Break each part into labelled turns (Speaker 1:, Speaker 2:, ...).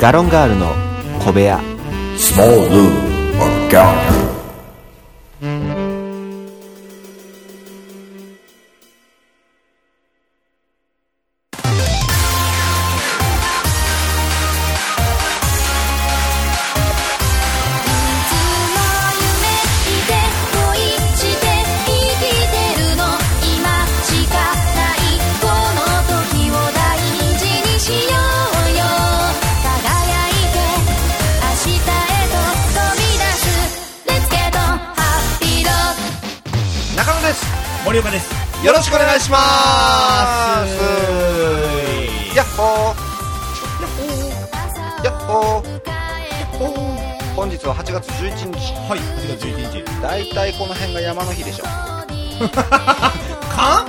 Speaker 1: ガロンガールの小部屋
Speaker 2: Small Lou or Gallagher.
Speaker 3: いつも夢見て恋して生きてるの今しかないこの時を大事にしようよ輝いて明日へと飛び出す Let's get on happy road
Speaker 4: 中野です
Speaker 5: 森岡です
Speaker 4: よろしくお願いしますやっほーやっほー本日は8月11日
Speaker 5: はい8月11日
Speaker 4: 大体この辺が山の日でしょ
Speaker 5: かん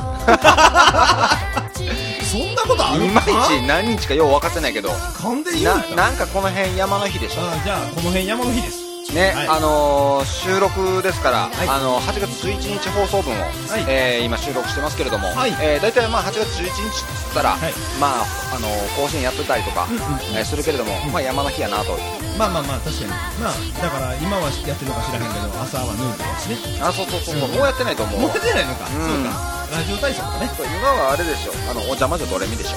Speaker 5: そんなことある
Speaker 4: いま
Speaker 5: か
Speaker 4: いち何日かよう分かってないけど
Speaker 5: 勘で言うんだ
Speaker 4: ななんかこの辺山の日でしょ
Speaker 5: あーじゃあこの辺山の日です
Speaker 4: ね、
Speaker 5: はい
Speaker 4: あのー収録ですから、
Speaker 5: い
Speaker 4: あのー8月11日放送分を、
Speaker 5: い
Speaker 4: えー今収録してますけれども、
Speaker 5: はい
Speaker 4: えー大体まあ8月11日っつったら、
Speaker 5: はい
Speaker 4: まああのー更新やってたりとか、
Speaker 5: んうん
Speaker 4: えーするけれども、まあ山の日やなと
Speaker 5: まあまあまあ確かにまあだから今はやってるのか知らへんけど朝はヌードだしね
Speaker 4: あそうそうそう、
Speaker 5: うん
Speaker 4: もうやってないと思う
Speaker 5: 持ってないのか、
Speaker 4: うん
Speaker 5: そうかラジオ体操とかね
Speaker 4: 今はあれでしょあのお邪魔女ドレミでしょ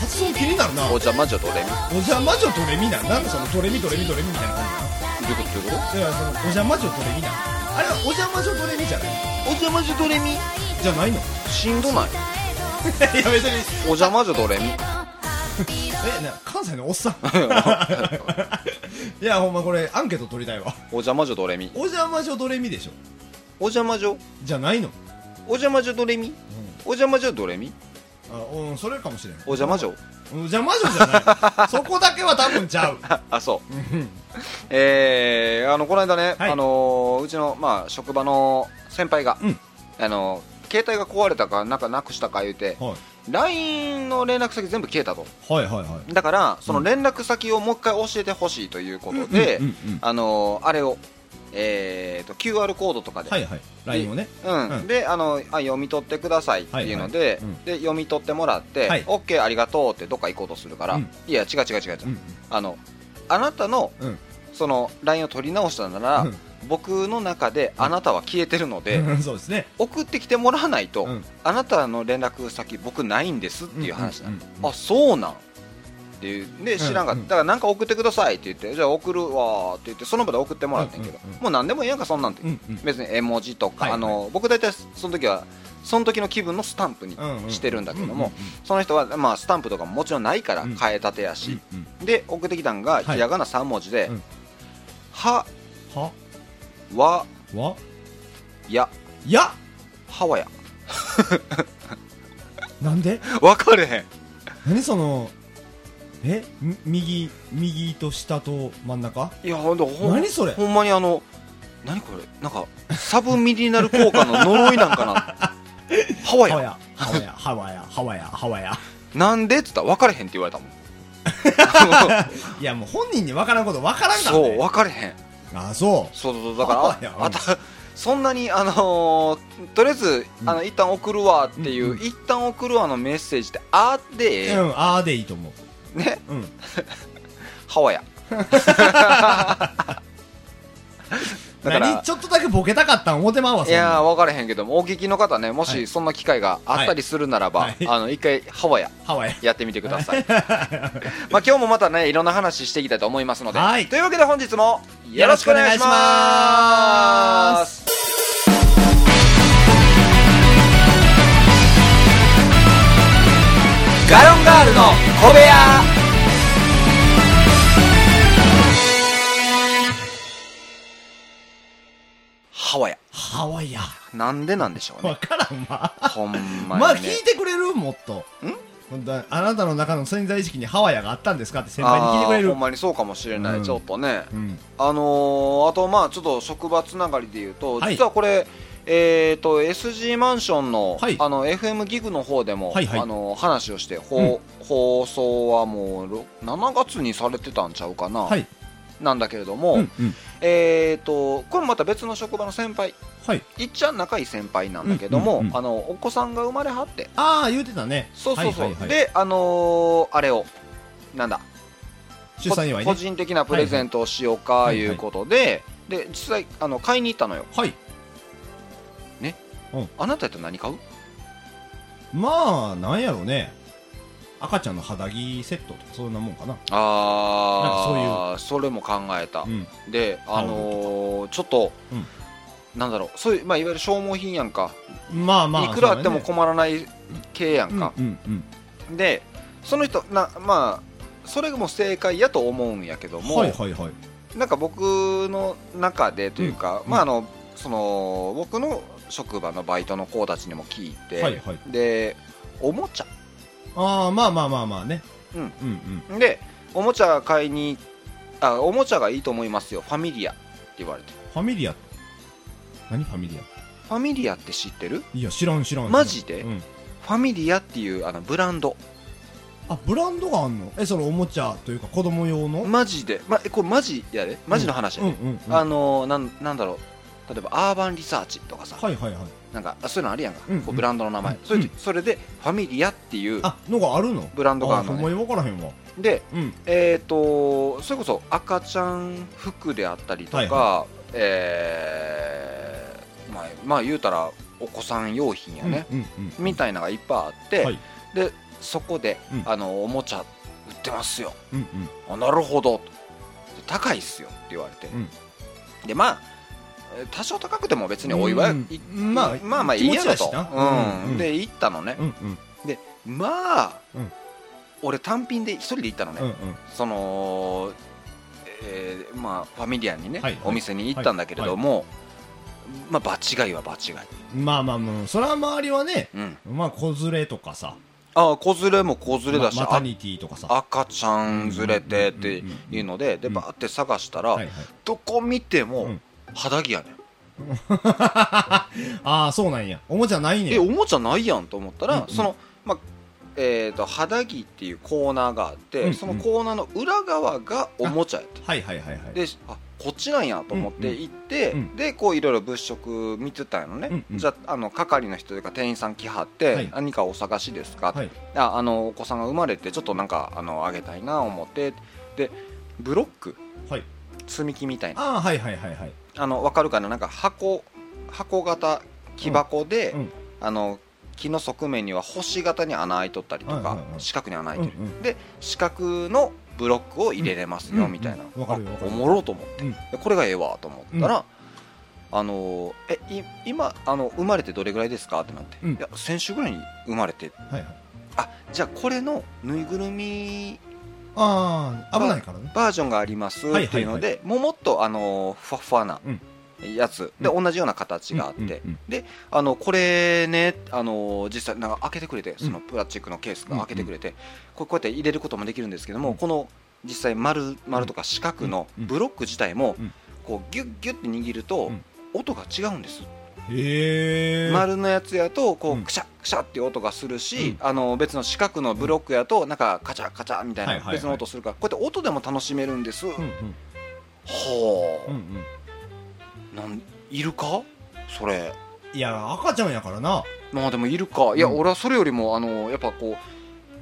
Speaker 5: 発音気になるな
Speaker 4: お邪魔女ドレミ
Speaker 5: お邪魔女ドレミなんなんでそのドレミドレミドレミみたいな感
Speaker 4: どういうことどういうこと
Speaker 5: じなのいやそのお邪魔女ドレミなんあれはお邪魔女ドレミじゃない
Speaker 4: お邪魔女ドレミ
Speaker 5: じゃないのい
Speaker 4: しんどない
Speaker 5: や別に
Speaker 4: お邪魔女ドレミ
Speaker 5: えな関西のおっさん いやほんまこれアンケート取りたいわ
Speaker 4: お邪魔女ドレミ
Speaker 5: お邪魔女ドレミでしょ
Speaker 4: お邪魔女
Speaker 5: じゃないの
Speaker 4: お邪魔女ドレミお邪魔女ドレミ
Speaker 5: あうんそれかもしれん
Speaker 4: お邪魔女
Speaker 5: お邪魔女じゃ ないそこだけは多分ちゃう
Speaker 4: あそうえーあのこの間ね、
Speaker 5: はい
Speaker 4: あのーうちの、まあ、職場の先輩が、
Speaker 5: うん
Speaker 4: あのー携帯が壊れたかなんかなくしたか言うて、
Speaker 5: はい
Speaker 4: LINE の連絡先全部消えたと
Speaker 5: はいはいはい
Speaker 4: だからその連絡先をもう一回教えてほしいということで、
Speaker 5: うんうんうんうん
Speaker 4: あのーあれを、えー、と QR コードとかで、
Speaker 5: はいはいラインをね
Speaker 4: うん
Speaker 5: うん
Speaker 4: であのあ読み取ってくださいっていうので,、
Speaker 5: いうん
Speaker 4: で読み取ってもらって、
Speaker 5: はい
Speaker 4: OK ありがとうってどっか行こうとするから、
Speaker 5: うん
Speaker 4: いや違う違う違う違う、
Speaker 5: うん
Speaker 4: あのあなたの
Speaker 5: うん
Speaker 4: その LINE を取り直したなら、
Speaker 5: うん
Speaker 4: 僕の中であなたは消えてるので、
Speaker 5: うんそうですね
Speaker 4: 送ってきてもらわないと、
Speaker 5: うん
Speaker 4: あなたの連絡先僕ないんですっていう話なの、
Speaker 5: うんうんうん
Speaker 4: あそうなんっていうで知らんかった、
Speaker 5: うんう
Speaker 4: だ
Speaker 5: ん
Speaker 4: からなんか送ってくださいって言ってじゃあ送るわーって言ってその場で送ってもらってんけど、
Speaker 5: うんうんうん
Speaker 4: もう何でもいいやんかそんなんて、
Speaker 5: うんうん
Speaker 4: 別に絵文字とか、
Speaker 5: はい
Speaker 4: あの僕大体その時はその時の気分のスタンプに
Speaker 5: うんうん
Speaker 4: してるんだけども、
Speaker 5: うんうんうん
Speaker 4: その人は、まあ、スタンプとかももちろんないから
Speaker 5: うん
Speaker 4: 変えたてやし、
Speaker 5: うん
Speaker 4: で送ってきたんが
Speaker 5: はい
Speaker 4: ひらがな3文字で、
Speaker 5: うん
Speaker 4: は
Speaker 5: は
Speaker 4: わ
Speaker 5: わ
Speaker 4: や
Speaker 5: や
Speaker 4: はわや
Speaker 5: なんで
Speaker 4: 分かれへん
Speaker 5: 何そのえみ右右と下と真ん中
Speaker 4: いやほんとほん
Speaker 5: 何それ
Speaker 4: ほんまにあの何これなんかサブミリナル効果の呪いなん かなハワイや
Speaker 5: ハワヤハワヤハワヤハワヤ
Speaker 4: なんでっつったら分かれへんって言われたもん
Speaker 5: いやもう本人に分からんこと分からんから
Speaker 4: そう
Speaker 5: ね
Speaker 4: 分かれへん
Speaker 5: あそ
Speaker 4: そうそうそうだから
Speaker 5: ハワ
Speaker 4: あ
Speaker 5: イや
Speaker 4: たそんなにあのーとりあえず
Speaker 5: うん
Speaker 4: あの一旦送るわっていう、
Speaker 5: うんうん
Speaker 4: 一旦送るわのメッセージってあっ
Speaker 5: う
Speaker 4: て、
Speaker 5: うんあーでいいと思う
Speaker 4: ね
Speaker 5: うん
Speaker 4: ハ ワイやだから
Speaker 5: 何ちょっとだけボケたかったん思てまうわ
Speaker 4: いやー
Speaker 5: そん
Speaker 4: 分からへんけどもお聞きの方ねも
Speaker 5: は
Speaker 4: し
Speaker 5: い
Speaker 4: そんな機会があったりするならば、
Speaker 5: はいはい
Speaker 4: あの一回ハワイや
Speaker 5: なんハワイ
Speaker 4: やってみてください まあ今日もまたねいろんな話していきたいと思いますので、
Speaker 5: はい
Speaker 4: というわけで本日もよ
Speaker 5: よ
Speaker 4: ろ
Speaker 5: ろ
Speaker 4: し
Speaker 5: し
Speaker 4: く
Speaker 5: く
Speaker 4: お
Speaker 5: お
Speaker 4: 願
Speaker 5: 願
Speaker 4: い
Speaker 5: い
Speaker 4: し
Speaker 5: し
Speaker 4: ま
Speaker 5: ます
Speaker 4: ガロンガールの小部屋ハワイや
Speaker 5: ハワイや
Speaker 4: なんでなんでしょうね
Speaker 5: 分からんわ
Speaker 4: ほんま
Speaker 5: まあ
Speaker 4: にね
Speaker 5: 聞いてくれるもっとほんとあなたの中の潜在意識にハワイやがあったんですかって先輩に聞いてくれ
Speaker 4: あー
Speaker 5: る
Speaker 4: ほんまにそうかもしれない、
Speaker 5: うん
Speaker 4: ちょっとね
Speaker 5: うん
Speaker 4: あのーあとまあちょっと職場つながりで言うと、
Speaker 5: はい
Speaker 4: 実はこれえー、と SG マンションの,、
Speaker 5: はい
Speaker 4: あの FM ギグの方でも、
Speaker 5: はいはい
Speaker 4: あのー話をして、ほう放送はもうろ7月にされてたんちゃうかな、
Speaker 5: はい
Speaker 4: なんだけれども、
Speaker 5: うんうん
Speaker 4: えー、とこれまた別の職場の先輩
Speaker 5: はい
Speaker 4: いっちゃん仲いい先輩なんだけども、
Speaker 5: うんうんうん
Speaker 4: あのお子さんが生まれはって
Speaker 5: ああ言うてたね
Speaker 4: そうそうそう、
Speaker 5: はいはいはい
Speaker 4: であのーあれをなんだ
Speaker 5: 出産祝い
Speaker 4: 個
Speaker 5: ね
Speaker 4: 人的なプレゼントをしようか
Speaker 5: はい
Speaker 4: いうことで、で実際あの買いに行ったのよ
Speaker 5: はい
Speaker 4: あなたやったら何買う
Speaker 5: まあなんやろうね赤ちゃんの肌着セットとかそんなもんかな
Speaker 4: ああそういうそれも考えた
Speaker 5: う、ん
Speaker 4: であのーちょっと、
Speaker 5: うん
Speaker 4: なんだろうそういう、まあ、いわゆる消耗品やんか、
Speaker 5: まあまあ
Speaker 4: いくらあっても
Speaker 5: そう
Speaker 4: 困らない系や
Speaker 5: だ
Speaker 4: ん
Speaker 5: ね
Speaker 4: か、
Speaker 5: うんうん
Speaker 4: でその人なまあそれも正解やと思うんやけど
Speaker 5: うん
Speaker 4: も、
Speaker 5: はいはいはい
Speaker 4: なんか僕の中でというか、
Speaker 5: うん
Speaker 4: まああのその僕の職場のバイトの子たちにも聞いて、
Speaker 5: はいはい
Speaker 4: でおもちゃ
Speaker 5: ああまあまあまあまあね
Speaker 4: うん
Speaker 5: うんうん
Speaker 4: でおもちゃ買いにあおもちゃがいいと思いますよファミリアって言われて
Speaker 5: ファミリア何ファミリ
Speaker 4: ファミリアって知ってる
Speaker 5: アいや知らん知らん知らん
Speaker 4: マジで
Speaker 5: うん
Speaker 4: ファミリアっていうあのブランド
Speaker 5: あブランドがあんのえそのおもちゃというか子供用の
Speaker 4: マジで、ま、えこれマジやでマジの話
Speaker 5: う
Speaker 4: や
Speaker 5: んう
Speaker 4: で、
Speaker 5: んうん
Speaker 4: あ
Speaker 5: はい
Speaker 4: のーなんなんだろう例えばアーバンリサーチとかさ、
Speaker 5: はいはい
Speaker 4: なんかあそういうのあるやんか、
Speaker 5: うんうん
Speaker 4: こうブランドの名前、
Speaker 5: うん
Speaker 4: それ
Speaker 5: うん
Speaker 4: それでファミリアっていう
Speaker 5: あのがあるの
Speaker 4: ブランドがあ
Speaker 5: あ
Speaker 4: るの
Speaker 5: ほん
Speaker 4: ね
Speaker 5: まに分からへんわ
Speaker 4: で
Speaker 5: うん
Speaker 4: えー、とそれこそ赤ちゃん服であったりとか、
Speaker 5: はい
Speaker 4: えーまあ、まあ言うたらお子さん用品やね、
Speaker 5: うんうんうん
Speaker 4: みたいなのがいっぱいあって、
Speaker 5: はい
Speaker 4: でそこで、
Speaker 5: うん
Speaker 4: あのおもちゃ売ってますよ
Speaker 5: うんうん
Speaker 4: あなるほどと高いっすよって言われて、
Speaker 5: うん
Speaker 4: でまあえー多少高くても別にお祝い、
Speaker 5: うん
Speaker 4: い
Speaker 5: まあ
Speaker 4: まあまあいいやろ
Speaker 5: 気持
Speaker 4: と
Speaker 5: ちやし、な
Speaker 4: うん
Speaker 5: うん
Speaker 4: で行ったのね
Speaker 5: う、んうん
Speaker 4: まあ、
Speaker 5: うん
Speaker 4: 俺単品で一人で行ったのね、
Speaker 5: うん
Speaker 4: その、えーまあ、ファミリアにね、
Speaker 5: はいはい
Speaker 4: お店に行ったんだけれども、まあ、場違いは場違い、
Speaker 5: うんまあまあまあそれは周りはね
Speaker 4: うん、
Speaker 5: まあ子連れとかさ
Speaker 4: ああ子連れも子連れだし、
Speaker 5: まマタニティとかさ
Speaker 4: あ赤ちゃん連れてっていうので、で
Speaker 5: うん
Speaker 4: バーって探したら、
Speaker 5: はいはい
Speaker 4: どこ見て
Speaker 5: う
Speaker 4: も
Speaker 5: ん
Speaker 4: 肌着やねん、
Speaker 5: ああそうなんやおもちゃないね
Speaker 4: えおもちゃないやんと思ったら、
Speaker 5: うんうん
Speaker 4: その、まあえー、と肌着っていうコーナーがあって、
Speaker 5: うんうん
Speaker 4: そのコーナーの裏側がおもちゃやった
Speaker 5: はいはいはいはい
Speaker 4: であこっちなんやと思って行って、
Speaker 5: うんうん
Speaker 4: でこういろいろ物色見てたんやのね、
Speaker 5: うんうん
Speaker 4: じゃああの係の人というか店員さん来はって、
Speaker 5: はい
Speaker 4: 何かお探しですか、
Speaker 5: はい
Speaker 4: ああのお子さんが生まれてちょっとなんかあのあげたいな思ってでブロック
Speaker 5: はい
Speaker 4: 積み木みたいな
Speaker 5: ああはいはいはいはい
Speaker 4: あの分かるかななんか箱箱型木箱で、
Speaker 5: うんうん
Speaker 4: あの木の側面には星型に穴開いとったりとか、
Speaker 5: はいはいはい
Speaker 4: 四角に穴開
Speaker 5: う
Speaker 4: い
Speaker 5: ん
Speaker 4: てる、で四角のブロックを入れれますよ、
Speaker 5: うん
Speaker 4: みたいな、
Speaker 5: うんわかるよ
Speaker 4: あ
Speaker 5: わかる
Speaker 4: お
Speaker 5: よ
Speaker 4: もろと思って、
Speaker 5: うん
Speaker 4: でこれがええわと思ったら、あのーえい今あの生まれてどれぐらいですかってなって、
Speaker 5: うん
Speaker 4: いや先週ぐらいに生まれて
Speaker 5: うんはいはい
Speaker 4: あじゃあこれのぬいぐるみ
Speaker 5: ああ危ないからね
Speaker 4: バージョンがあります
Speaker 5: はい
Speaker 4: っていうので、もうもっと、あのーふわふわな
Speaker 5: うん
Speaker 4: やつ、で同じような形があって、
Speaker 5: うんうん
Speaker 4: あのこれね、あのー実際なんか開けてくれて
Speaker 5: うん
Speaker 4: そのプラスチックのケースが開けてくれて、これこうやって入れることもできるんですけども、この実際丸丸とか四角の
Speaker 5: うんうん
Speaker 4: ブロック自体も、
Speaker 5: うん
Speaker 4: こうギュッギュッて握ると、
Speaker 5: うん
Speaker 4: 音が違うんです、
Speaker 5: うんへえ
Speaker 4: 丸のやつやとこ
Speaker 5: う
Speaker 4: うんクシャクシャっていう音がするし、あの別の四角のブロックやとなんかカチャカチャみたい
Speaker 5: はいはい
Speaker 4: な
Speaker 5: はい
Speaker 4: 別の音するから、こうやって音でも楽しめるんです、
Speaker 5: うんうん
Speaker 4: ほ
Speaker 5: うんうん
Speaker 4: うなんいるかそれ
Speaker 5: いや赤ちゃんやからな
Speaker 4: まあでもいるかいや、
Speaker 5: うん
Speaker 4: 俺はそれよりもあのやっぱこ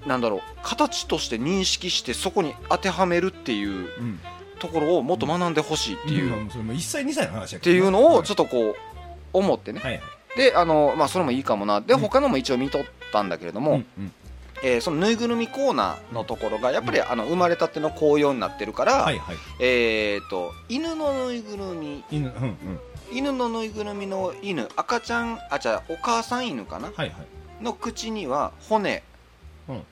Speaker 4: うなんだろう形として認識してそこに当てはめるっていう
Speaker 5: うん
Speaker 4: ところをもっと学んでほしいっていう、っ
Speaker 5: んそれも1歳2歳の話や
Speaker 4: ていうのをちょ
Speaker 5: ょ
Speaker 4: っとこう思ってね、
Speaker 5: はい
Speaker 4: であのまあそれもいいかもなで
Speaker 5: うん
Speaker 4: 他のも一応見とったんだけれども、
Speaker 5: うんうん
Speaker 4: えーそのぬいぐるみコーナーのところがやっぱりあの生まれたての紅葉になってるから、
Speaker 5: はいはい
Speaker 4: えっ、と犬のぬいぐるみ
Speaker 5: 犬うんうん
Speaker 4: 犬のぬいぐるみの犬赤ちゃんあじゃあお母さん犬かな
Speaker 5: はいはい
Speaker 4: の口には骨、
Speaker 5: うん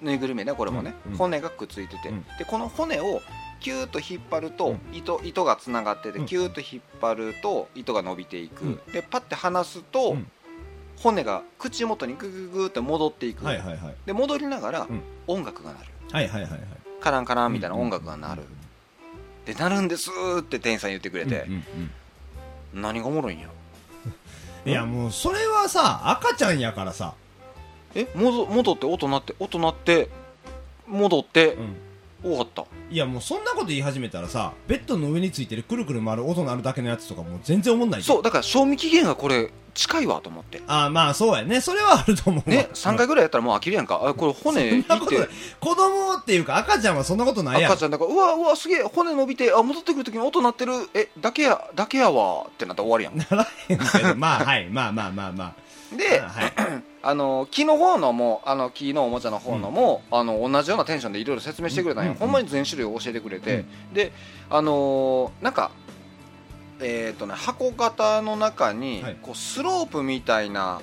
Speaker 4: ぬいぐるみやねこれもね、
Speaker 5: うんうん
Speaker 4: 骨がくっついてて、
Speaker 5: うん
Speaker 4: でこの骨をキューッと引っ張る
Speaker 5: う
Speaker 4: と
Speaker 5: ん
Speaker 4: 糸,、糸がつながってて
Speaker 5: うん
Speaker 4: キューッと引っ張ると糸が伸びていく、
Speaker 5: うん
Speaker 4: でパッて離すと、
Speaker 5: うん
Speaker 4: 骨が口元にグググーって戻っていく、
Speaker 5: はいはいはい
Speaker 4: で戻りながら
Speaker 5: うん
Speaker 4: 音楽が鳴る
Speaker 5: はいはいはいはい
Speaker 4: カランカランみたいな音楽が鳴る、で鳴るんですーって店員さん言ってくれて
Speaker 5: うん、うんうん
Speaker 4: 何がおもろいんや
Speaker 5: いやもうそれはさ赤ちゃんやからさ
Speaker 4: え戻戻って音鳴って音鳴って戻って、
Speaker 5: うん
Speaker 4: 多かった
Speaker 5: いやもうそんなこと言い始めたらさベッドの上についてるくるくる回る音のあるだけのやつとかもう全然思んない
Speaker 4: そううだから賞味期限がこれ近いわと思って
Speaker 5: ああまあそうやねそれはあると思うわ
Speaker 4: ね3回ぐらいやったらもう飽きるやんかあこれ骨いっ
Speaker 5: そんなことない
Speaker 4: て
Speaker 5: 子供っていうか赤ちゃんはそんなことないやん
Speaker 4: 赤ちゃんだからうわうわすげえ骨伸びてあ戻ってくる時に音鳴ってるえだけやだけやわってなったら終わりやん
Speaker 5: ならへん けどまあはいまあまあまあま あ
Speaker 4: で
Speaker 5: はい
Speaker 4: あの木の方のもあの木のおもちゃの方のも、あの同じようなテンションでいろいろ説明してくれたんよ、
Speaker 5: うん
Speaker 4: ほんまに全種類を教えてくれて、
Speaker 5: う
Speaker 4: であのーなんかえっ、とね箱型の中に、
Speaker 5: はい
Speaker 4: こうスロープみたいな、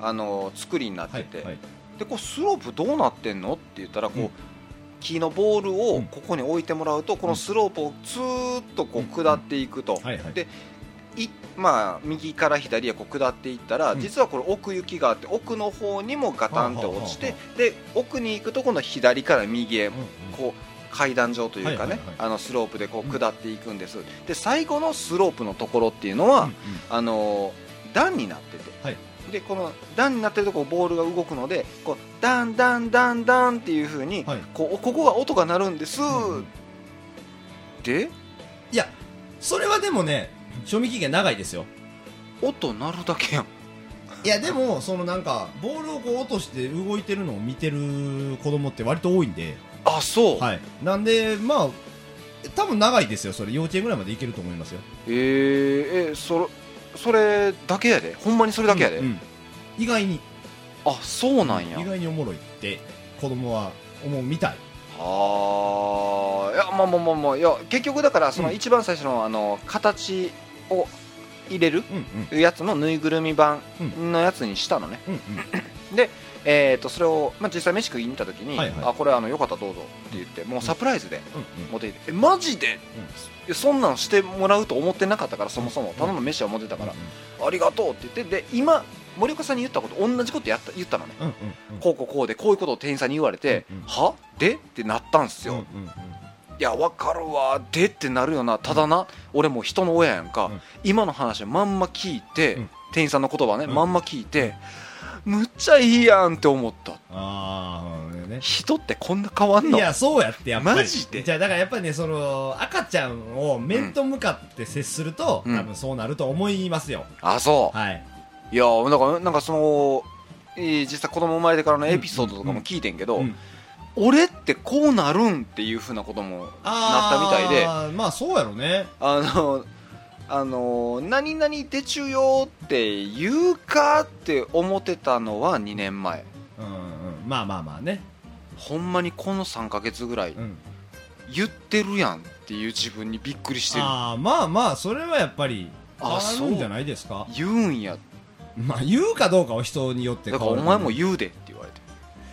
Speaker 4: あのー作りになってて、
Speaker 5: はい
Speaker 4: でこうスロープどうなってんのって言ったらこう、
Speaker 5: うん
Speaker 4: 木のボール
Speaker 5: う
Speaker 4: を
Speaker 5: ん
Speaker 4: ここに置いてもらうと、このスロープをずーっとこう下っていくと、
Speaker 5: はいはい
Speaker 4: でいまあ、右から左へこう下っていったら、
Speaker 5: うん
Speaker 4: 実はこれ奥行きがあって奥の方にもガタンって落ちて
Speaker 5: はあは
Speaker 4: で奥に行くと今度は左から右へ
Speaker 5: うんうん
Speaker 4: こう階段状というかね、
Speaker 5: はいはいはい
Speaker 4: あのスロープでこう下っていくんです、で最後のスロープのところっていうのは、
Speaker 5: うんうん
Speaker 4: あのー段になってて、
Speaker 5: はい
Speaker 4: でこの段になってるところボールが動くのでこうダンダンダンダンっていうふうに、
Speaker 5: はい
Speaker 4: こうここが音が鳴るんです、
Speaker 5: うんうん
Speaker 4: で
Speaker 5: いやそれはでもね賞味期限長いですよ
Speaker 4: 音鳴るだけやん
Speaker 5: いやでもそのなんかボールをこう落として動いてるのを見てる子供って割と多いんで
Speaker 4: あそう、
Speaker 5: はいなんでまあ多分長いですよそれ幼稚園ぐらいまでいけると思いますよ
Speaker 4: えー、えそれそれだけやでほんまにそれだけやで、
Speaker 5: うんうん意外に
Speaker 4: あそうなんや
Speaker 5: 意外におもろいって子供は思うみたい
Speaker 4: ああいやまあまあまあまあいや結局だからその
Speaker 5: うん
Speaker 4: 一番最初の,、あの形を入れる
Speaker 5: うんうん
Speaker 4: やつのぬいぐるみ版
Speaker 5: う
Speaker 4: のやつにしたのね、
Speaker 5: うん
Speaker 4: えー、とそれを、まあ、実際飯食いに行った時に「
Speaker 5: はいはい
Speaker 4: あこれあのよかったらどうぞ」って言ってもうサプライズで
Speaker 5: う
Speaker 4: 持って行って「えマジで?」えそんなんしてもらうと思ってなかったからそもそも頼む飯は持ってた
Speaker 5: だ
Speaker 4: から「ありがとう」って言ってで今森岡さんに言ったこと同じことやった言ったのね
Speaker 5: うんうん
Speaker 4: こうこうこうでこういうことを店員さんに言われて
Speaker 5: うんうん
Speaker 4: はでってなったんすよ、い
Speaker 5: うんうん
Speaker 4: やわかるわでってなるよなただな、俺もう人の親やんか、
Speaker 5: うん
Speaker 4: 今の話まんま聞いて、
Speaker 5: うん
Speaker 4: 店員さんの言葉ね、
Speaker 5: うん
Speaker 4: まんま聞いてむっちゃいいやんって思った
Speaker 5: ああね
Speaker 4: 人ってこんな変わん
Speaker 5: い
Speaker 4: の
Speaker 5: やそうやってやっぱり
Speaker 4: マジで
Speaker 5: じゃあだからやっぱりねその赤ちゃんを面と向かって接すると、
Speaker 4: うん
Speaker 5: 多分そうなると思いますよ、
Speaker 4: あそう、
Speaker 5: はい
Speaker 4: い、やなんかなんかそのえー実際子供生まれてからのエピソードとかも聞いてんけど、
Speaker 5: うん
Speaker 4: 俺ってこうなるんっていうふうなこともなったみたいで
Speaker 5: いでまあそうやろね
Speaker 4: あの、あの、何々でちゅよって言うかって思ってたのは2年前。
Speaker 5: うんうんまあまあまあね
Speaker 4: ほんまにこの3ヶ月ぐらい
Speaker 5: うん
Speaker 4: 言ってるやんっていう自分にびっくりしてる。
Speaker 5: ああまあまあそれはやっぱり
Speaker 4: あ
Speaker 5: あるんじゃないですか
Speaker 4: 言うんや。
Speaker 5: まあ言うかどうかは人によって
Speaker 4: だ
Speaker 5: 変
Speaker 4: からお
Speaker 5: わる
Speaker 4: 前も言うでって言われて。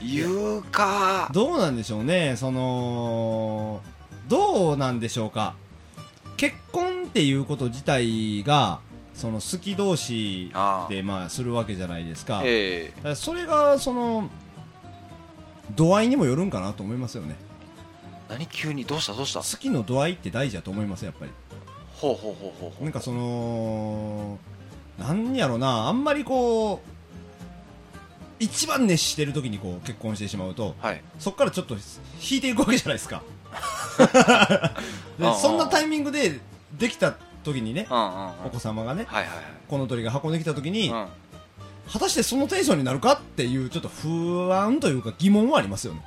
Speaker 4: 言うか
Speaker 5: どうなんでしょうねそのどうなんでしょうか結婚っていうこと自体がその好き同士
Speaker 4: ああ
Speaker 5: でまあするわけじゃないですか
Speaker 4: え
Speaker 5: だからそれがその度合いにもよるんかなと思いますよね
Speaker 4: え何急にどうしたどうした
Speaker 5: 好きの度合いって大事だと思いますやっぱり
Speaker 4: ほうほうほうほうほう。
Speaker 5: なんかそのなんやろなあんまりこう一番熱してる時にこう結婚してしまうと
Speaker 4: はい。
Speaker 5: そこからちょっと引いていくわけじゃないですか で
Speaker 4: ああ
Speaker 5: そんなタイミングでできた時にね
Speaker 4: うんうんうん。
Speaker 5: お子様がね
Speaker 4: はいはい
Speaker 5: この鳥が運んできた時に、
Speaker 4: はい。
Speaker 5: 果たしてそのテンションになるかっていうちょっと不安というか疑問はありますよね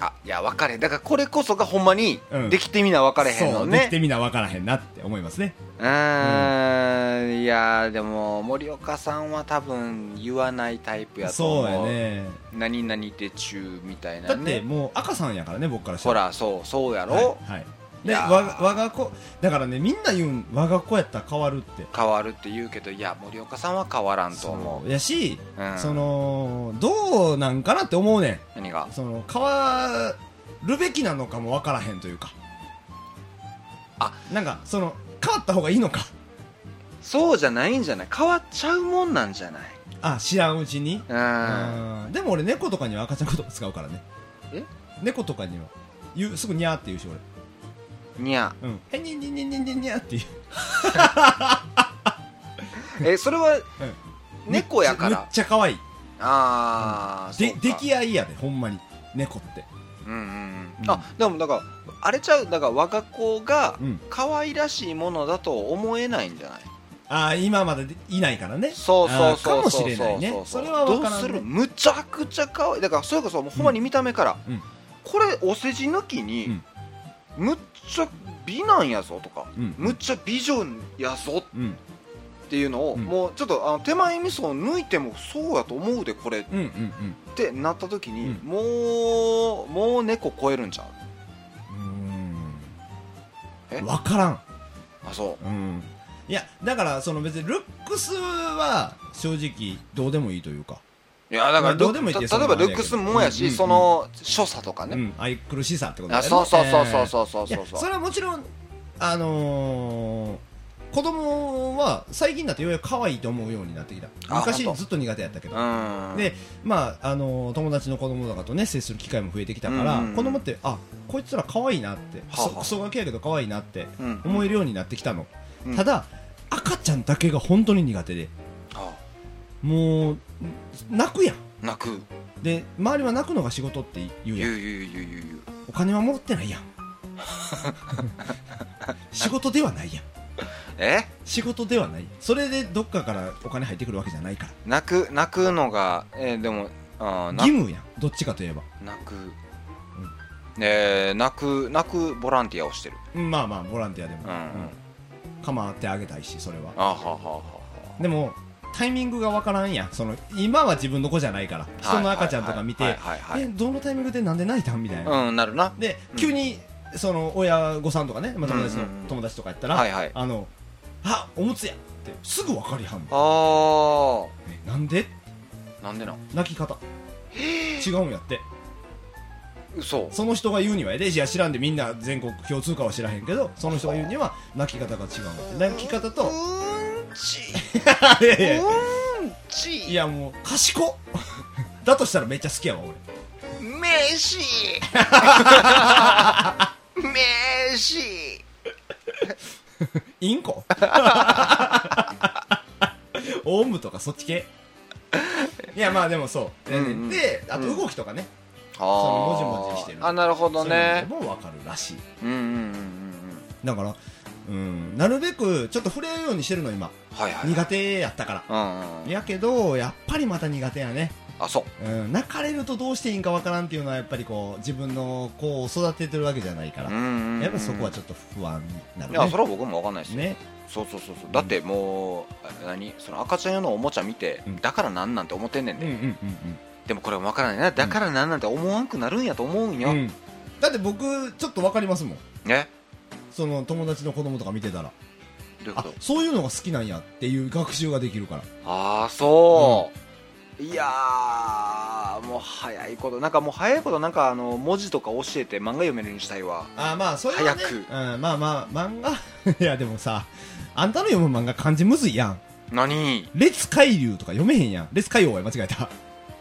Speaker 4: あ、いや、分かれへん。だからこれこそがほんまに
Speaker 5: うん、
Speaker 4: できてみな分かれへん
Speaker 5: そ
Speaker 4: の
Speaker 5: う
Speaker 4: ね。
Speaker 5: できてみな分からへんなって思いますね
Speaker 4: うーんいやーでも森岡さんは多分言わないタイプやと
Speaker 5: そう
Speaker 4: 思う
Speaker 5: やね
Speaker 4: 何々で中みたいな、ね、
Speaker 5: だってもう赤さんやからね僕からした
Speaker 4: ほらそうそうやろ、
Speaker 5: はい、はい
Speaker 4: い
Speaker 5: で
Speaker 4: や
Speaker 5: わ
Speaker 4: ー
Speaker 5: 我が子だからねみんな言うん我が子やったら変わるって
Speaker 4: 変わるって言うけどいや森岡さんは変わらんと思
Speaker 5: そううやし、
Speaker 4: うん
Speaker 5: そのどうなんかなって思うね
Speaker 4: 何が
Speaker 5: んその変わるべきなのかも分からへんというか
Speaker 4: あ
Speaker 5: なんかその変わった方がいいのか
Speaker 4: そうじゃないんじゃない変わっちゃうもんなんじゃない
Speaker 5: あ知らんうちに
Speaker 4: う
Speaker 5: うんんでも俺猫とかには赤ちゃん言葉使うからね
Speaker 4: え
Speaker 5: 猫とかには言うすぐにゃーって言うし俺
Speaker 4: にゃ
Speaker 5: うんえにゃにゃにゃにゃにゃにゃって言う
Speaker 4: えそれは猫やか
Speaker 5: めっ
Speaker 4: ら
Speaker 5: ちゃ可愛い
Speaker 4: ああ
Speaker 5: で出来合いやでほんまに猫って
Speaker 4: うんうんうん、あでもなんかあれちゃうだから我が子が
Speaker 5: うん
Speaker 4: 可愛らしいものだと思えないんじゃない、
Speaker 5: ああ今までいないからね
Speaker 4: そうそ
Speaker 5: あ
Speaker 4: う
Speaker 5: ーか
Speaker 4: そう
Speaker 5: も
Speaker 4: そう
Speaker 5: しれないね
Speaker 4: そう
Speaker 5: そ
Speaker 4: そう
Speaker 5: れは分からん
Speaker 4: どうする
Speaker 5: ね
Speaker 4: むちゃくちゃ可愛いだからそれこそもうほんまに見た目から、
Speaker 5: うん
Speaker 4: これお世辞抜きに、むっちゃ美なんやぞとか、
Speaker 5: うん
Speaker 4: むっちゃ美女やぞ
Speaker 5: うん
Speaker 4: っていうのを、
Speaker 5: うん
Speaker 4: もうちょっとあの手前味噌を抜いてもそうやと思うでこれっ
Speaker 5: うんうんうん
Speaker 4: てなった時に、
Speaker 5: う
Speaker 4: もうもう猫超えるんちゃう
Speaker 5: うー
Speaker 4: え
Speaker 5: ん分からん
Speaker 4: あそ
Speaker 5: うんいやだからその別にルックスは正直どうでもいいというか、
Speaker 4: ういやだ
Speaker 5: ま
Speaker 4: か
Speaker 5: あ
Speaker 4: ら、
Speaker 5: どうでもいいって
Speaker 4: た
Speaker 5: そん
Speaker 4: 例
Speaker 5: な
Speaker 4: え
Speaker 5: の
Speaker 4: ば
Speaker 5: あれ
Speaker 4: ル
Speaker 5: や
Speaker 4: ッ
Speaker 5: けど
Speaker 4: クスもやし、
Speaker 5: うんうんうん
Speaker 4: その所作とか
Speaker 5: う
Speaker 4: ね、
Speaker 5: ん、愛苦しさってことだ
Speaker 4: あ
Speaker 5: よね
Speaker 4: そうそうそうそう
Speaker 5: う
Speaker 4: そうそうそう
Speaker 5: いやそれはもちろんあのー、子供は最近だとようやく可愛いと思うようになってきた
Speaker 4: あ
Speaker 5: 昔
Speaker 4: ほんと
Speaker 5: ずっと苦手やったけど、
Speaker 4: うん
Speaker 5: でまああのー友達の子供とかとね接する機会も増えてきたから、
Speaker 4: うんうんうん
Speaker 5: 子供ってあこいつら可愛いなって
Speaker 4: はあはあ
Speaker 5: クソガキやけど可愛いなって
Speaker 4: うん
Speaker 5: 思えるようになってきたの、
Speaker 4: うん
Speaker 5: ただ赤ちゃんだけが本当に苦手で
Speaker 4: あ
Speaker 5: もう泣くやん
Speaker 4: 泣く
Speaker 5: で周りは泣くのが仕事って言うや
Speaker 4: 言
Speaker 5: ん
Speaker 4: う言う言う言う言う
Speaker 5: お金は持ってないや ん仕事ではないやん
Speaker 4: え
Speaker 5: 仕事ではないそれでどっかからお金入ってくるわけじゃないから
Speaker 4: 泣く泣くのがえーでもあーな
Speaker 5: 義務やんどっちかといえば
Speaker 4: 泣く、えー泣く泣くボランティアをしてる
Speaker 5: うんまあまあボランティアでも、
Speaker 4: うんうん
Speaker 5: うん構ってあげたいしそれは
Speaker 4: あはははは
Speaker 5: でもタイミングがわからんやんその今は自分の子じゃないから人の赤ちゃんとか見
Speaker 4: はい
Speaker 5: て
Speaker 4: はいはい
Speaker 5: えどのタイミングでなんで泣いたんみたいな、
Speaker 4: はいうんなるな
Speaker 5: で
Speaker 4: うん
Speaker 5: 急にその親御さんとかね、まあ、友達の、
Speaker 4: うんうんうん
Speaker 5: 友達とかやったら、
Speaker 4: はいはい
Speaker 5: あのあおむつやってすぐ分かりはんの
Speaker 4: あー
Speaker 5: えなんで
Speaker 4: なんでな
Speaker 5: 泣き方違うんやって
Speaker 4: 嘘
Speaker 5: その人が言うにはやでいや知らんでみんな全国共通かは知らへんけどその人が言うには泣き方が違うんやって泣き方
Speaker 4: う
Speaker 5: と
Speaker 4: ーんち
Speaker 5: いやいうやいや
Speaker 4: ーん
Speaker 5: い
Speaker 4: ち
Speaker 5: やもう賢っだとしたらめっちゃ好きやわ俺
Speaker 4: 飯 飯
Speaker 5: インコオウムとかそっち系いやまあでもそう、
Speaker 4: うんうん
Speaker 5: であと動きとかね、
Speaker 4: あー
Speaker 5: もじもじしてる
Speaker 4: あなるほど
Speaker 5: そういう
Speaker 4: ね
Speaker 5: のでも分かるらしい
Speaker 4: うんうんうんうん
Speaker 5: だからうんなるべくちょっと触れるようにしてるの今
Speaker 4: うんはいはい
Speaker 5: 苦手やったから
Speaker 4: うんうん
Speaker 5: やけどやっぱりまた苦手やね、
Speaker 4: あそう
Speaker 5: うん、泣かれるとどうしていいんかわからんっていうのはやっぱりこう自分の子を育ててるわけじゃないから、やっぱそこは
Speaker 4: ょ
Speaker 5: ちょっと不安になる
Speaker 4: い
Speaker 5: ね
Speaker 4: やそれは僕も分かんないですよ
Speaker 5: ね
Speaker 4: そうそうそうそうだってもうあ何その赤ちゃん用のおもちゃ見て
Speaker 5: うん
Speaker 4: だからなんなんて思ってんねん
Speaker 5: うんうん
Speaker 4: で
Speaker 5: うん
Speaker 4: でもこれは分からないなだからなんなんて思わんくなるんやと思うん
Speaker 5: うん、う
Speaker 4: よ
Speaker 5: ん、だって僕ちょっとわかりますもん
Speaker 4: ね
Speaker 5: その友達の子供とか見てたら
Speaker 4: どういうこ
Speaker 5: あ
Speaker 4: と
Speaker 5: そういうのが好きなんやっていう学習ができるから
Speaker 4: ああそういやーもう早いことなんかもう早いことなんかあの文字とか教えて漫画読めるようにしたいわ
Speaker 5: あまあそれはね
Speaker 4: 早く
Speaker 5: うん、まあまあ漫画 いやでもさあんたの読む漫画漢字むずいやん
Speaker 4: 何
Speaker 5: 列海流とか読めへんやん列海王は間違えた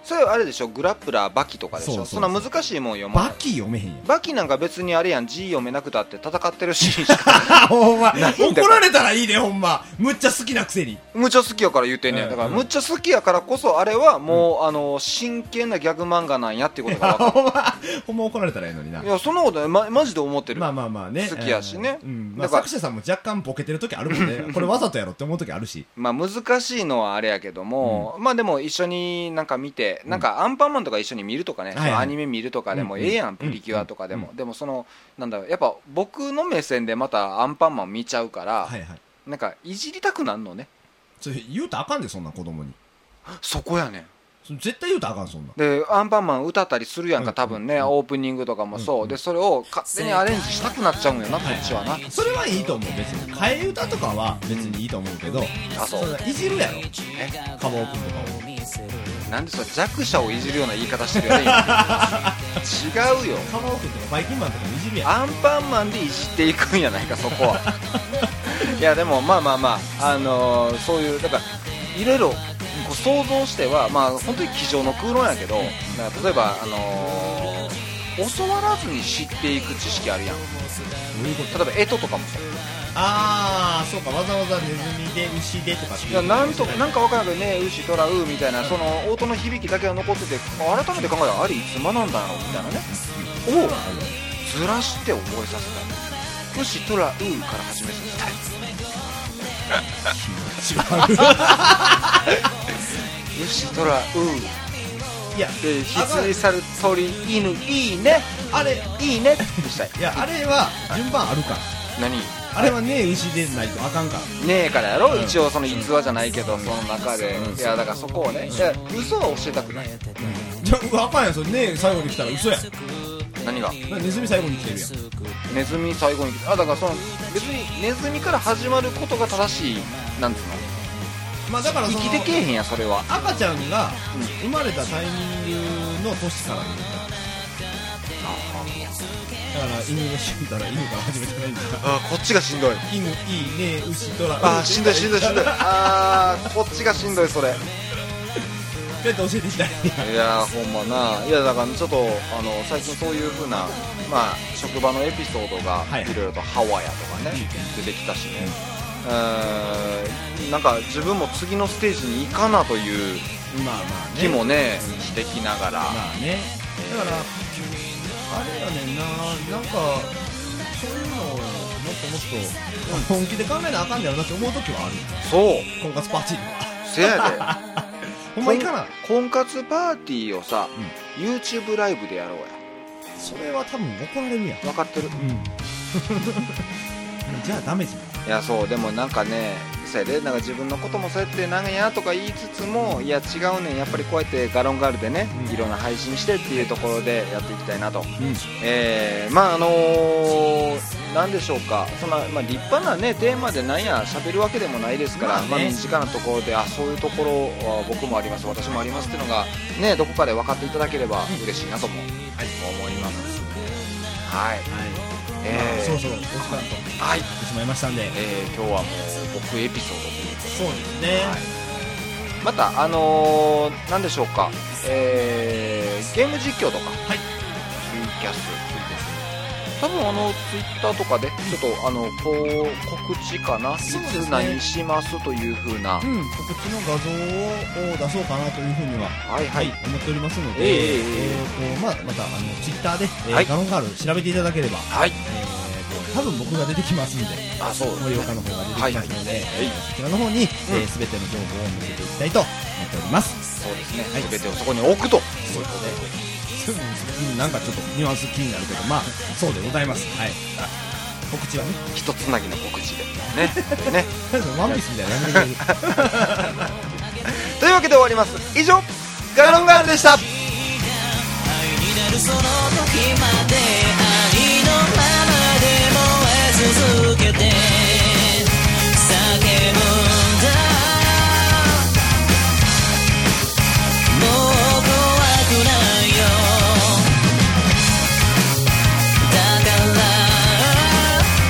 Speaker 4: それあれでしょグラップラーバキとかでしょ
Speaker 5: そうそうそう
Speaker 4: そんな難しいもん読ま
Speaker 5: バ
Speaker 4: ない
Speaker 5: キ読めへんやん
Speaker 4: バキなんか別にあれやん字読めなくたって戦ってる シーンしか
Speaker 5: あほんま
Speaker 4: なんで
Speaker 5: 怒られたらいいでほんまむっちゃ好きなくせに
Speaker 4: むっちゃ好きやから言ってんね
Speaker 5: うんん
Speaker 4: だからむっちゃ好きやからこそあれはもう、あの真剣なギャグ漫画なんやっていうことが分か
Speaker 5: ほんまほんま怒られたらいいのにな
Speaker 4: るいやそんなことないまマジで思ってる、
Speaker 5: まあまあまあね
Speaker 4: 好きやしね
Speaker 5: うんまあ、
Speaker 4: だから
Speaker 5: 作者さんも若干ボケてる時あるもんねこれわざとやろって思う時あるし
Speaker 4: まあ難しいのはあれやけども、まあでも一緒になんか見て、なんかアンパンマンとか一緒に見るとかね、
Speaker 5: はいはい
Speaker 4: そのアニメ見るとかでも
Speaker 5: うんうん
Speaker 4: ええやん、プリキュアとかでも、でもそのなんだろうやっぱ僕の目線でまたアンパンマン見ちゃうから、
Speaker 5: はいはい
Speaker 4: なんかいじりたくなんのね
Speaker 5: それ言うたらあかんでそんな子供に
Speaker 4: そこやねん
Speaker 5: それ絶対言うたらあかんそんな
Speaker 4: でアンパンマン歌ったりするやん
Speaker 5: うん
Speaker 4: か多分ね、オープニングとかもそう、
Speaker 5: うんうん
Speaker 4: でそれを勝手にアレンジしたくなっちゃうんやなこっちはな、
Speaker 5: それはいいと思う別に替え歌とかは別にいいと思うけど
Speaker 4: あそう
Speaker 5: れいじるやろカバオくんとかを
Speaker 4: なんでそれ弱者をいじるような言い方してるよね 今違うよ
Speaker 5: カバオくんとかバイキンマンとかもいじるやん
Speaker 4: アンパンマンでいじっていくんやないかそこ はいやでもまあまあまああのーそういうだからいろいろこう想像してはまあ本当に机上の空論やけどだから例えばあのー教わらずに知っていく知識あるやん例えば干支とかもそう
Speaker 5: ああそうかわざわざネズミで牛でとかって
Speaker 4: いうやなんとなんかわからんけどね「うしとらう」みたいなその音の響きだけが残ってて改めて考えたらあれいつ学んだのみたいなねをずらして覚えさせたいプシトラウーから始めさせたいプシトラウー
Speaker 5: いや
Speaker 4: で「ひついさる鳥犬いいね
Speaker 5: あれ
Speaker 4: いいね」ってしたい
Speaker 5: いやあれは順番あるから
Speaker 4: 何
Speaker 5: あれはね牛でないとあかんから
Speaker 4: ねえからやろ、一応その逸話じゃないけど、その中で、いやだからそこをね、いや嘘は教えたくない
Speaker 5: じゃあうわあかんやんそれね最後に来たら嘘やん
Speaker 4: 何が
Speaker 5: なんかネズミ最後に来てるやん
Speaker 4: ネズミ最後に来たあだからその別にネズミから始まることが正しいなんていう
Speaker 5: まあだから
Speaker 4: の
Speaker 5: その
Speaker 4: 生きてけえへんやそれは
Speaker 5: 赤ちゃんが
Speaker 4: うん
Speaker 5: 生まれたタイミングの年から見るだから犬が死んだら犬から始めてないんだから
Speaker 4: あこっちがしんどい
Speaker 5: 犬いいね牛トラ
Speaker 4: あーしんどいしんどいしんどいあーこっちがしんどいそれ
Speaker 5: だって教えてきたらいいや
Speaker 4: いや
Speaker 5: ん
Speaker 4: ーほんまないやだからちょっとあの最近そういう風なまあ職場のエピソードが
Speaker 5: はい
Speaker 4: いろいろとハワイやとかね、出てきたしね、うーんなんか自分も次のステージに行かなという
Speaker 5: まあまあね
Speaker 4: 気もねしてきながら、
Speaker 5: まあねだからあれやねんななんかそういうのをもっともっと本気で考えなあかんねやろなって思う時はある
Speaker 4: そう
Speaker 5: 婚活パーティーとか
Speaker 4: せやで
Speaker 5: ほんまいいかな
Speaker 4: 婚婚活パーティーをさ、YouTube ライブでやろうや
Speaker 5: それは多分怒られるやん
Speaker 4: 分かってる
Speaker 5: うんじゃあダメじゃ
Speaker 4: いやそうでもなんかねそやでなんか自分のこともそうやってなんやとか言いつつもいや違うねんやっぱりこうやってガロンガールでね、
Speaker 5: うん
Speaker 4: いろんな配信してっていうところでやっていきたいなと、
Speaker 5: ん、うん、
Speaker 4: えー、まああのー、なんでしょうかそんな、まあ、立派なねテーマでなんや喋るわけでもないですから、
Speaker 5: ま
Speaker 4: ま
Speaker 5: あ
Speaker 4: あ
Speaker 5: ね
Speaker 4: 身近なところであそういうところは僕もあります私もありますっていうのがねどこかで分かっていただければ嬉しいなとも、思いますはい、
Speaker 5: はい、
Speaker 4: えー
Speaker 5: そろそろお時間と
Speaker 4: はい
Speaker 5: なってしまいましたんで
Speaker 4: えー今日はもう僕エピソードという
Speaker 5: そうですね
Speaker 4: はいまたあのー、何でしょうか、えー、ゲーム実況とか、
Speaker 5: はい
Speaker 4: ツイキャス多分あのツイッターとかでちょっとあのこう告知かな、いつ
Speaker 5: そうですね
Speaker 4: 何しますというふうな、
Speaker 5: うん告知の画像を出そうかなというふうには
Speaker 4: はい
Speaker 5: は
Speaker 4: はいい、
Speaker 5: 思っておりますの
Speaker 4: え
Speaker 5: で、
Speaker 4: ええ
Speaker 5: えーとまあ、またあのツイッターで、えー
Speaker 4: はい
Speaker 5: ガロンガール調べていただければ、
Speaker 4: はい
Speaker 5: えーと多分僕が出てきますんで
Speaker 4: あそう
Speaker 5: 盛岡の方が出てき
Speaker 4: は
Speaker 5: ますので、
Speaker 4: いはい
Speaker 5: えーそちらの方に、えー全ての情報を載せていきたいと思っております
Speaker 4: そうですね、
Speaker 5: はい
Speaker 4: 全てをそこに置くと
Speaker 5: そういうことでうんなんかちょっとニュアンス気になるけどまあそうでございますはいあ告知はね
Speaker 4: 一つなぎの告知でねでね
Speaker 5: ワンピースみたいなのやめてくれる
Speaker 4: というわけで終わります以上ガロンガールでした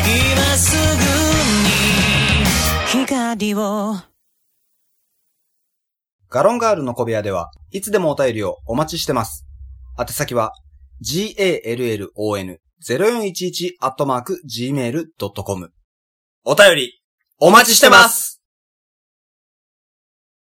Speaker 6: 今すぐに光を
Speaker 7: ガロンガールの小部屋では、いつでもお便りをお待ちしてます。宛先は、gallon0411-gmail.com。お便り、お待ちしてます